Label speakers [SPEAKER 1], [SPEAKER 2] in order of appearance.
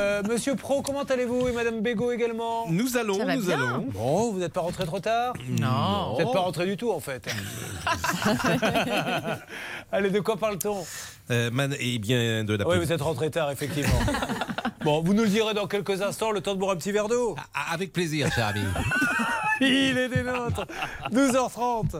[SPEAKER 1] Euh, Monsieur Pro, comment allez-vous Et Madame Bégaud également
[SPEAKER 2] Nous allons,
[SPEAKER 3] Ça va
[SPEAKER 2] nous
[SPEAKER 3] bien.
[SPEAKER 2] allons.
[SPEAKER 1] Bon, vous n'êtes pas rentré trop tard
[SPEAKER 3] Non.
[SPEAKER 1] Vous n'êtes pas rentré du tout en fait. Allez, de quoi parle-t-on
[SPEAKER 2] Euh, man- eh bien, de la
[SPEAKER 1] Oui,
[SPEAKER 2] pub.
[SPEAKER 1] vous êtes rentré tard, effectivement. Bon, vous nous le direz dans quelques instants, le temps de boire un petit verre d'eau.
[SPEAKER 4] Avec plaisir, cher ami.
[SPEAKER 1] Il est des nôtres 12h30